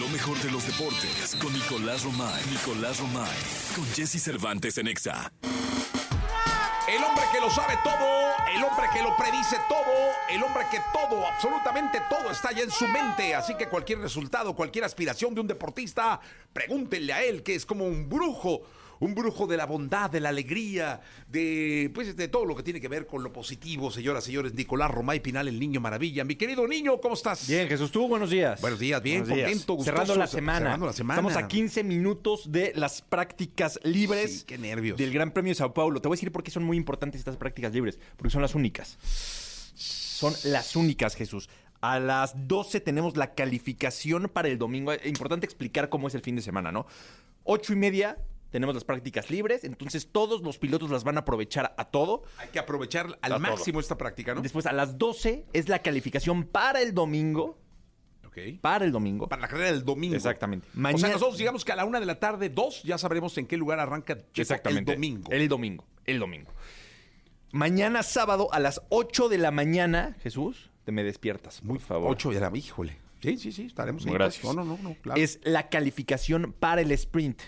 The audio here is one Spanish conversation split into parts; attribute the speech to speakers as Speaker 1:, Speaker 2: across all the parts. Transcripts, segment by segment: Speaker 1: Lo mejor de los deportes con Nicolás Romay. Nicolás Romay. Con Jesse Cervantes en Exa.
Speaker 2: El hombre que lo sabe todo, el hombre que lo predice todo, el hombre que todo, absolutamente todo está ya en su mente. Así que cualquier resultado, cualquier aspiración de un deportista, pregúntenle a él, que es como un brujo. Un brujo de la bondad, de la alegría, de pues de todo lo que tiene que ver con lo positivo, señoras, señores. Nicolás Romay Pinal, el niño maravilla. Mi querido niño, ¿cómo estás?
Speaker 3: Bien, Jesús, tú, buenos días.
Speaker 2: Buenos días, bien, contento, gustoso,
Speaker 3: cerrando, la semana.
Speaker 2: cerrando la semana.
Speaker 3: Estamos a 15 minutos de las prácticas libres.
Speaker 2: Sí, qué nervios.
Speaker 3: Del Gran Premio de Sao Paulo. Te voy a decir por qué son muy importantes estas prácticas libres. Porque son las únicas. Son las únicas, Jesús. A las 12 tenemos la calificación para el domingo. Es importante explicar cómo es el fin de semana, ¿no? 8 y media tenemos las prácticas libres. Entonces todos los pilotos las van a aprovechar a todo.
Speaker 2: Hay que aprovechar al
Speaker 3: A todo.
Speaker 2: máximo esta práctica, ¿no?
Speaker 3: Después a las 12 es la calificación para el domingo.
Speaker 2: Ok.
Speaker 3: Para el domingo.
Speaker 2: Para la carrera del domingo.
Speaker 3: Exactamente.
Speaker 2: O sea,
Speaker 3: Mañana-
Speaker 2: nosotros digamos que a la una de la tarde, dos, ya sabremos en qué lugar arranca Checo
Speaker 3: Exactamente.
Speaker 2: el domingo.
Speaker 3: El domingo. El domingo. Mañana sábado a las 8 de la mañana, Jesús, te me despiertas, por favor.
Speaker 2: Ocho de la híjole. Sí, sí, sí, estaremos ahí,
Speaker 3: Gracias.
Speaker 2: pues. No, no, no, no, claro.
Speaker 3: Es la calificación para el sprint.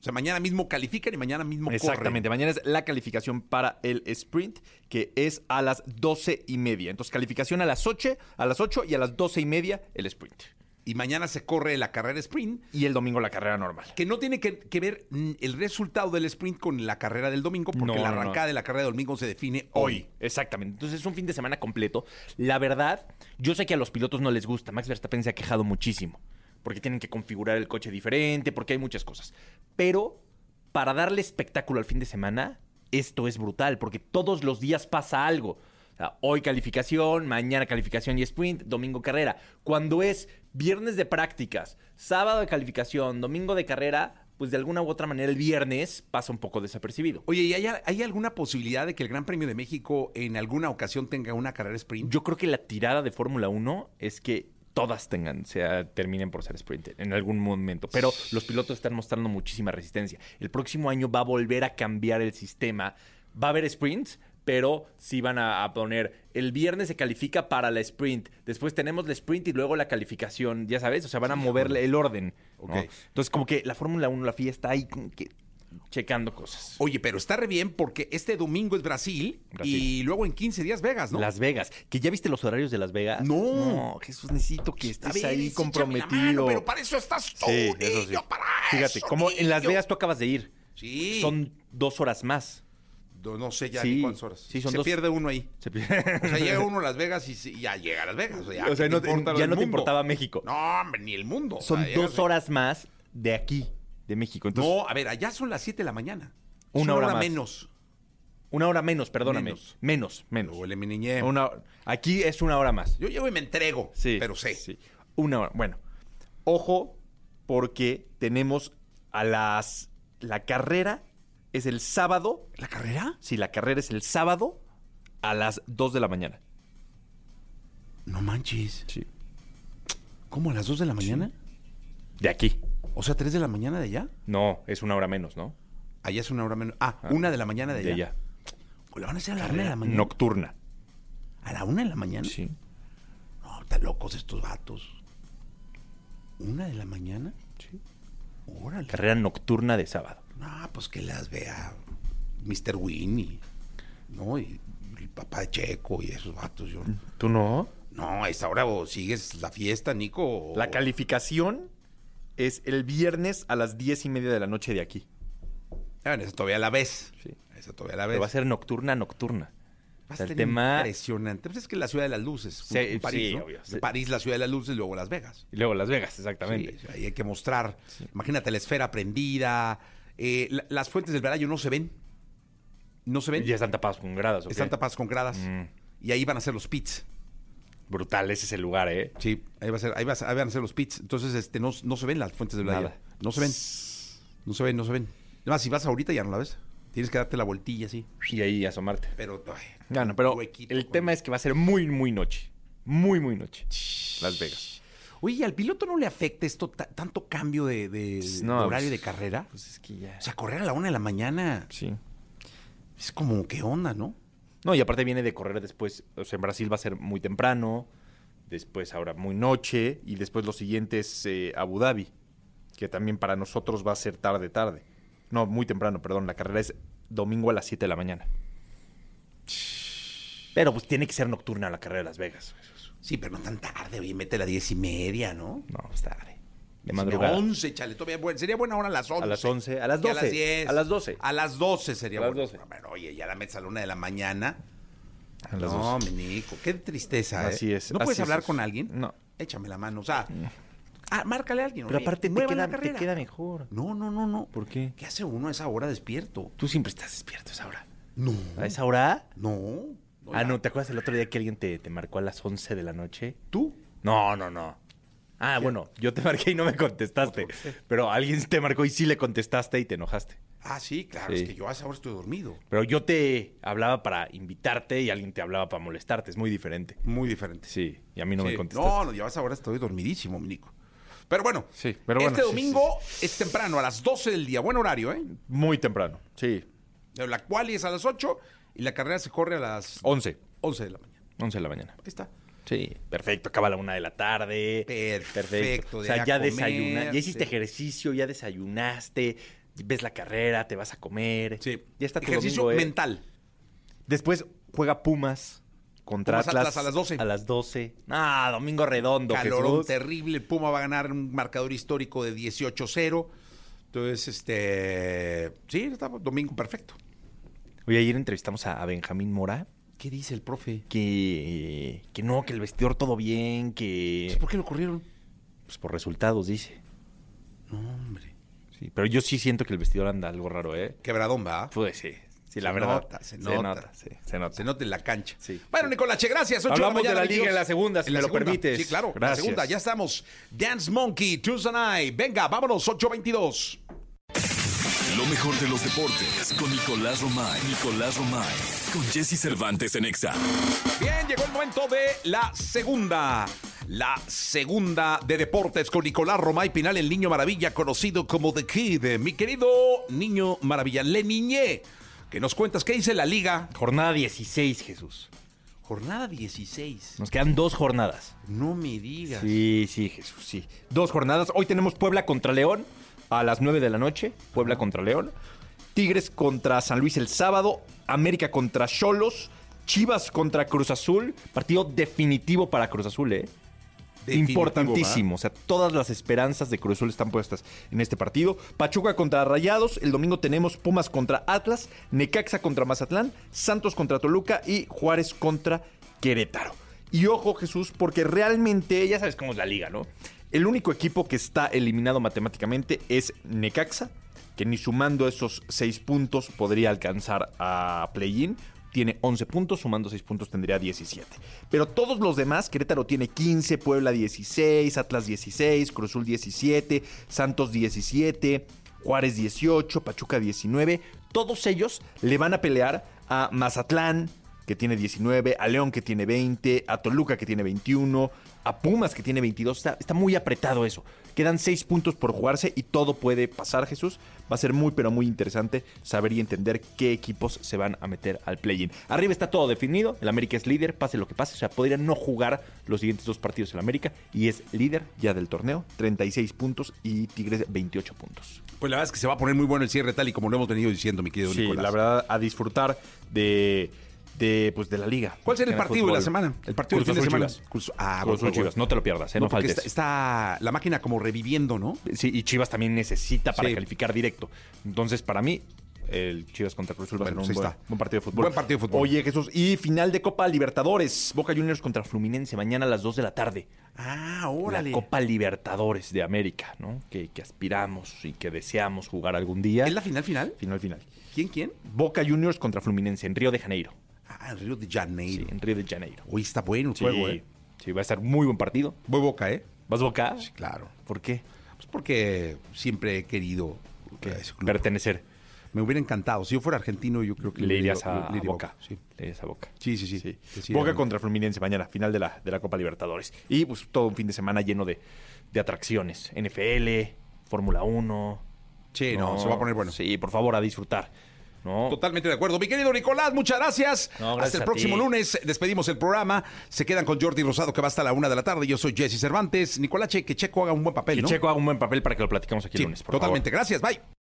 Speaker 2: O sea, mañana mismo califican y mañana mismo corren.
Speaker 3: Exactamente. Mañana es la calificación para el sprint, que es a las 12 y media. Entonces, calificación a las 8, a las 8 y a las 12 y media el sprint.
Speaker 2: Y mañana se corre la carrera sprint,
Speaker 3: Y el domingo la carrera normal.
Speaker 2: que no tiene que, que ver mm, el resultado del sprint con la carrera del domingo, porque
Speaker 3: No,
Speaker 2: la
Speaker 3: no, no.
Speaker 2: arrancada de la carrera del domingo se define hoy.
Speaker 3: Exactamente. Entonces es un fin de semana completo. La verdad, yo sé que a los pilotos no les gusta. Max Verstappen se ha quejado muchísimo. Porque tienen que configurar el coche diferente, porque hay muchas cosas. Pero para darle espectáculo al fin de semana, esto es brutal, porque todos los días pasa algo. O sea, hoy calificación, mañana calificación y sprint, domingo carrera. Cuando es viernes de prácticas, sábado de calificación, domingo de carrera, pues de alguna u otra manera el viernes pasa un poco desapercibido.
Speaker 2: Oye, ¿y hay, hay alguna posibilidad de que el Gran Premio de México en alguna ocasión tenga una carrera sprint?
Speaker 3: Yo creo que la tirada de Fórmula 1 es que todas tengan, sea, terminen por ser sprint en algún momento. Pero los pilotos están mostrando muchísima resistencia. El próximo año va a volver a cambiar el sistema. Va a haber sprints, pero sí van a, a poner el viernes se califica para la sprint. Después tenemos la sprint y luego la calificación. Ya sabes, o sea, van a moverle el orden. ¿no?
Speaker 2: Ok.
Speaker 3: Entonces, como que la Fórmula 1, la FIA está ahí como que checando cosas.
Speaker 2: Oye, pero está re bien porque este domingo es Brasil,
Speaker 3: Brasil.
Speaker 2: y luego en 15 días Vegas, ¿no?
Speaker 3: Las Vegas, que ya viste los horarios de Las Vegas.
Speaker 2: No.
Speaker 3: Jesús, necesito que
Speaker 2: Está
Speaker 3: estés
Speaker 2: bien,
Speaker 3: ahí
Speaker 2: sí, échame la
Speaker 3: comprometido.
Speaker 2: mano, pero para eso estás tú,
Speaker 3: Sí, eso sí.
Speaker 2: niño, para
Speaker 3: Fíjate,
Speaker 2: eso,
Speaker 3: como en Las
Speaker 2: niño.
Speaker 3: Vegas tú acabas de ir.
Speaker 2: Sí.
Speaker 3: Son dos horas más.
Speaker 2: No, no sé ya
Speaker 3: Sí,
Speaker 2: ni cuántas horas.
Speaker 3: sí, son
Speaker 2: Se
Speaker 3: dos.
Speaker 2: pierde uno ahí.
Speaker 3: Se-
Speaker 2: O sea, llega uno a Las Vegas y, se- y ya llega a Las Vegas. O sea,
Speaker 3: o sea,
Speaker 2: ¿qué
Speaker 3: no
Speaker 2: te
Speaker 3: te-
Speaker 2: importa
Speaker 3: ya
Speaker 2: el
Speaker 3: no te
Speaker 2: mundo?
Speaker 3: importaba México.
Speaker 2: No, hombre, ni el mundo. O sea,
Speaker 3: Son
Speaker 2: llegas
Speaker 3: dos
Speaker 2: de-
Speaker 3: horas más de aquí, de México. Entonces,
Speaker 2: No, a ver, allá son las 7 de la mañana. Es
Speaker 3: Una hora más.
Speaker 2: menos.
Speaker 3: una hora menos, perdóname.
Speaker 2: Menos.
Speaker 3: Menos, menos.
Speaker 2: Lo huele mi niñez.
Speaker 3: Una, aquí es una hora más.
Speaker 2: Yo llego y me entrego.
Speaker 3: Sí.
Speaker 2: Pero sé.
Speaker 3: sí. Una hora. Bueno, ojo, porque tenemos a las. La carrera es el sábado.
Speaker 2: ¿La carrera?
Speaker 3: Sí, la carrera es el sábado a las 2 de la mañana.
Speaker 2: No manches.
Speaker 3: Sí.
Speaker 2: ¿Cómo? ¿A las 2 de la mañana?
Speaker 3: De aquí.
Speaker 2: O sea, 3 de la mañana de allá.
Speaker 3: No, es una hora menos, ¿no?
Speaker 2: Allá es una hora menos. Ah, 1 de la mañana de allá.
Speaker 3: De allá. Ah,
Speaker 2: Pues la van a hacer a la 1 de la mañana.
Speaker 3: Nocturna.
Speaker 2: ¿A la 1 de la mañana?
Speaker 3: Sí.
Speaker 2: No, están locos estos vatos. ¿Una de la mañana?
Speaker 3: Sí.
Speaker 2: Órale.
Speaker 3: Carrera nocturna de sábado.
Speaker 2: No, pues que las vea Mr. Winnie, ¿no? Y el papá de Checo y esos vatos. Yo...
Speaker 3: ¿Tú no?
Speaker 2: No, a esa hora o sigues la fiesta, Nico. o-
Speaker 3: La calificación es el viernes a las diez y media de la noche de aquí.
Speaker 2: Ah, bueno, esa todavía la ves.
Speaker 3: Sí.
Speaker 2: Esa todavía la ves.
Speaker 3: Pero va a ser nocturna, nocturna.
Speaker 2: Va a
Speaker 3: O sea,
Speaker 2: ser
Speaker 3: el tema-
Speaker 2: impresionante. Pues es que es la ciudad de las luces. junto
Speaker 3: Sí,
Speaker 2: con París,
Speaker 3: sí,
Speaker 2: ¿no?
Speaker 3: obvio, sí.
Speaker 2: París, la ciudad de las luces, luego Las Vegas.
Speaker 3: Y luego Las Vegas,
Speaker 2: Sí, ahí hay que mostrar. Imagínate la esfera prendida. eh, la- las fuentes del verallo no se ven. No se ven.
Speaker 3: Ya están tapados con gradas. ¿o qué?
Speaker 2: Están tapadas con gradas.
Speaker 3: Mm.
Speaker 2: Y ahí van a ser los pits.
Speaker 3: Brutal, ese es el lugar, ¿eh?
Speaker 2: Sí, ahí, va a ser, ahí, va a ser- ahí van a ser los pits. Entonces, este, no, no se ven las fuentes de Blaya.
Speaker 3: Nada.
Speaker 2: No se ven. No se ven, no se ven. Además, si vas ahorita ya no la ves. Tienes que darte la voltilla así.
Speaker 3: Y ahí asomarte.
Speaker 2: Pero, ay,
Speaker 3: No, no, pero
Speaker 2: huequito
Speaker 3: el
Speaker 2: con-
Speaker 3: tema es que va a ser muy, muy noche. Muy, muy noche. Las Vegas.
Speaker 2: Oye, ¿y al piloto no le afecta esto ta- tanto cambio de, de-
Speaker 3: Pues,
Speaker 2: de
Speaker 3: no,
Speaker 2: horario
Speaker 3: pues,
Speaker 2: de carrera?
Speaker 3: Pues es que ya.
Speaker 2: O sea, correr a la una de la mañana
Speaker 3: Sí.
Speaker 2: es como, ¿qué onda, no?
Speaker 3: No, y aparte viene de correr después. O sea, en Brasil va a ser muy temprano. después ahora muy noche y después lo siguiente es eh, Abu Dhabi, que también para nosotros va a ser tarde, tarde. No, muy temprano, perdón, la carrera es domingo a las 7 de la mañana. Pero pues tiene que ser nocturna la carrera de Las Vegas.
Speaker 2: Sí, pero no tan tarde, oye, mete a las diez y media, ¿no?
Speaker 3: No, es tarde. De
Speaker 2: Diez y media,
Speaker 3: madrugada.
Speaker 2: 11, chale, todavía bueno, sería buena hora a las 11.
Speaker 3: las 11, a las
Speaker 2: Y
Speaker 3: 12, a las 12.
Speaker 2: A las 12 sería
Speaker 3: A las
Speaker 2: bueno.
Speaker 3: 12.
Speaker 2: Bueno, oye, ya la metes a la una de la mañana.
Speaker 3: A las
Speaker 2: no,
Speaker 3: 12.
Speaker 2: mi Nico, qué tristeza. ¿eh?
Speaker 3: Así es,
Speaker 2: ¿No puedes
Speaker 3: así es,
Speaker 2: hablar
Speaker 3: así
Speaker 2: con
Speaker 3: es.
Speaker 2: alguien?
Speaker 3: No.
Speaker 2: Échame la mano, o sea, ah, márcale a alguien.
Speaker 3: Pero
Speaker 2: oye,
Speaker 3: aparte te
Speaker 2: muevan
Speaker 3: queda,
Speaker 2: la
Speaker 3: te
Speaker 2: carrera.
Speaker 3: queda mejor.
Speaker 2: No, no, no, no.
Speaker 3: ¿Por qué?
Speaker 2: ¿Qué hace uno a esa hora despierto?
Speaker 3: Tú siempre estás despierto a esa hora.
Speaker 2: No,
Speaker 3: ¿A esa hora?
Speaker 2: no. no,
Speaker 3: Ah,
Speaker 2: ya.
Speaker 3: no, ¿te acuerdas el otro día que alguien te, te marcó a las 11 de la noche?
Speaker 2: ¿Tú?
Speaker 3: No, no, no. Ah, bueno, yo te marqué y no me contestaste. Pero alguien te marcó y sí le contestaste y te enojaste.
Speaker 2: Ah, sí, claro,
Speaker 3: Sí.
Speaker 2: es que yo a esa hora estoy dormido.
Speaker 3: Pero yo te hablaba para invitarte y alguien te hablaba para molestarte. Es muy diferente.
Speaker 2: Muy diferente.
Speaker 3: Sí, y a mí no
Speaker 2: Sí.
Speaker 3: me contestaste.
Speaker 2: No, no, ya a esa hora estoy dormidísimo, mi Nico. Pero bueno,
Speaker 3: Sí, pero bueno,
Speaker 2: este
Speaker 3: sí,
Speaker 2: domingo es temprano, a las 12 del día, buen horario, ¿eh?
Speaker 3: Muy temprano. Sí,
Speaker 2: La cual es a las 8 y la carrera se corre a las
Speaker 3: 11.
Speaker 2: 11 de la mañana.
Speaker 3: 11 de la mañana.
Speaker 2: Ahí está.
Speaker 3: Sí, perfecto. Acaba a la una de la tarde.
Speaker 2: Perfecto,
Speaker 3: O
Speaker 2: de
Speaker 3: sea,
Speaker 2: a
Speaker 3: ya
Speaker 2: comer,
Speaker 3: desayunaste. Ya
Speaker 2: sí.
Speaker 3: hiciste ejercicio, ya desayunaste. Ves la carrera, te vas a comer.
Speaker 2: Sí.
Speaker 3: Ya está tu
Speaker 2: Ejercicio
Speaker 3: domingo, ¿eh?
Speaker 2: mental.
Speaker 3: Después juega Pumas contra
Speaker 2: Pumas
Speaker 3: Atlas,
Speaker 2: Atlas a las 12.
Speaker 3: A las 12. Ah, domingo redondo,
Speaker 2: Calorón
Speaker 3: Jesús.
Speaker 2: terrible. Puma va a ganar un marcador histórico de 18-0. Entonces, este. Sí, está domingo perfecto.
Speaker 3: Oye, ayer entrevistamos a, a Benjamín Mora.
Speaker 2: ¿Qué dice el profe?
Speaker 3: Que, que no, que el vestidor todo bien, que...
Speaker 2: ¿Por qué lo corrieron?
Speaker 3: Pues por resultados, dice.
Speaker 2: No, hombre.
Speaker 3: Sí, pero yo sí siento que el vestidor anda algo raro, ¿eh?
Speaker 2: Quebradón, va.
Speaker 3: Pues sí, sí, la
Speaker 2: Se
Speaker 3: verdad.
Speaker 2: nota, se
Speaker 3: Se
Speaker 2: nota.
Speaker 3: nota, sí, se nota.
Speaker 2: Se nota en la cancha.
Speaker 3: Sí.
Speaker 2: Bueno, Nicolache, gracias. Ocho
Speaker 3: Hablamos
Speaker 2: mañana,
Speaker 3: de la liga
Speaker 2: 22.
Speaker 3: en la segunda, si
Speaker 2: En
Speaker 3: me
Speaker 2: la
Speaker 3: lo
Speaker 2: segunda.
Speaker 3: permites.
Speaker 2: Sí, claro. La
Speaker 3: Gracias.
Speaker 2: segunda, ya estamos. Dance Monkey, Tuesday Night. Venga, vámonos, 822.
Speaker 1: Lo mejor de los deportes con Nicolás Romay. Nicolás Romay. Con Jesse Cervantes en Exa.
Speaker 2: Bien, llegó el momento de la segunda. La segunda de deportes con Nicolás Romay Pinal, el niño maravilla, conocido como The Kid. Mi querido niño maravilla, Le Niñé, que nos cuentas qué dice la liga.
Speaker 3: Jornada 16, Jesús.
Speaker 2: Jornada 16.
Speaker 3: Nos quedan dos jornadas.
Speaker 2: No me digas.
Speaker 3: Sí, sí, Jesús, sí. Dos jornadas. Hoy tenemos Puebla contra León a las 9 de la noche. Puebla contra León. Tigres contra San Luis el sábado. América contra Cholos. Chivas contra Cruz Azul. Partido definitivo para Cruz Azul, ¿eh?
Speaker 2: Definitivo,
Speaker 3: Importantísimo. O sea, todas las esperanzas de Cruz Azul están puestas en este partido. Pachuca contra Rayados. El domingo tenemos Pumas contra Atlas. Necaxa contra Mazatlán. Santos contra Toluca. Y Juárez contra Querétaro. Y ojo, Jesús, porque realmente ya sabes cómo es la liga, ¿no? El único equipo que está eliminado matemáticamente es Necaxa, que ni sumando esos seis puntos podría alcanzar a Play-in tiene 11 puntos, sumando 6 puntos tendría 17. Pero todos los demás, Querétaro tiene 15, Puebla 16, Atlas 16, Cruzul 17, Santos 17, Juárez 18, Pachuca 19, todos ellos le van a pelear a Mazatlán, que tiene 19, a León que tiene 20, a Toluca que tiene 21, a Pumas que tiene 22. Está, está muy apretado eso. Quedan 6 puntos por jugarse y todo puede pasar, Jesús. Va a ser muy, pero muy interesante saber y entender qué equipos se van a meter al play-in. Arriba está todo definido. El América es líder, pase lo que pase. O sea, podría no jugar los siguientes dos partidos el América y es líder ya del torneo. 36 puntos y Tigres 28 puntos.
Speaker 2: Pues la verdad es que se va a poner muy bueno el cierre, tal y como lo hemos venido diciendo, mi querido
Speaker 3: Sí,
Speaker 2: Nicolás.
Speaker 3: la verdad, a disfrutar de, de, pues, de la liga.
Speaker 2: ¿Cuál será el
Speaker 3: Mexicana
Speaker 2: partido de la
Speaker 3: fútbol.
Speaker 2: semana? El partido del
Speaker 3: Cruz
Speaker 2: fin de
Speaker 3: Azul
Speaker 2: semana.
Speaker 3: Chivas.
Speaker 2: Cruz- ah,
Speaker 3: Cruz
Speaker 2: buen
Speaker 3: Azul
Speaker 2: juego.
Speaker 3: Chivas, no te lo pierdas, eh, no
Speaker 2: porque
Speaker 3: faltes.
Speaker 2: Está, está la máquina como reviviendo, ¿no?
Speaker 3: Sí, y Chivas también necesita para
Speaker 2: Sí.
Speaker 3: calificar directo. Entonces, para mí, el Chivas contra Cruz Azul va
Speaker 2: Bueno,
Speaker 3: a
Speaker 2: pues ahí
Speaker 3: ser un buen,
Speaker 2: está.
Speaker 3: buen partido de fútbol.
Speaker 2: Buen partido de fútbol.
Speaker 3: Oye, Jesús, y final de Copa Libertadores. Boca Juniors contra Fluminense mañana a las 2 de la tarde.
Speaker 2: Ah, órale.
Speaker 3: La Copa Libertadores de América, ¿no? Que, que aspiramos y que deseamos jugar algún día.
Speaker 2: ¿Es la final final?
Speaker 3: final, final.
Speaker 2: ¿Quién, quién?
Speaker 3: Boca Juniors contra Fluminense en Río de Janeiro.
Speaker 2: Ah, el Río de
Speaker 3: Sí,
Speaker 2: Janeiro.
Speaker 3: en Río de Janeiro.
Speaker 2: Hoy está bueno el
Speaker 3: Sí,
Speaker 2: juego, ¿eh?
Speaker 3: sí, va a estar muy buen partido.
Speaker 2: Voy boca, ¿eh?
Speaker 3: ¿Vas Boca?
Speaker 2: Sí, claro.
Speaker 3: ¿Por qué?
Speaker 2: Pues porque siempre he querido
Speaker 3: Que
Speaker 2: a ese club.
Speaker 3: Pertenecer.
Speaker 2: Me hubiera encantado. Si yo fuera argentino, yo creo que
Speaker 3: Le
Speaker 2: hubiera
Speaker 3: irías
Speaker 2: ido-
Speaker 3: a,
Speaker 2: le iría
Speaker 3: a Boca.
Speaker 2: Sí.
Speaker 3: Le irías a Boca.
Speaker 2: Sí, sí, sí. Sí, eh.
Speaker 3: Boca
Speaker 2: era-
Speaker 3: contra Fluminense mañana, final de la, de la Copa Libertadores. Y pues todo un fin de semana lleno de, de atracciones. NFL, Fórmula 1.
Speaker 2: Sí, no, se va a poner bueno.
Speaker 3: Sí, por favor, a disfrutar. No.
Speaker 2: Totalmente de acuerdo. Mi querido Nicolás, muchas gracias.
Speaker 3: No, gracias
Speaker 2: hasta el
Speaker 3: a
Speaker 2: próximo
Speaker 3: ti.
Speaker 2: lunes. Despedimos el programa. Se quedan con Jordi Rosado, que va hasta la una de la tarde. Yo soy Jesse Cervantes. Nicolás, Che- que Checo haga un buen papel,
Speaker 3: Que
Speaker 2: ¿no?
Speaker 3: Checo haga un buen papel para que lo platicamos aquí
Speaker 2: Sí,
Speaker 3: el lunes, por favor.
Speaker 2: totalmente. Gracias. Bye.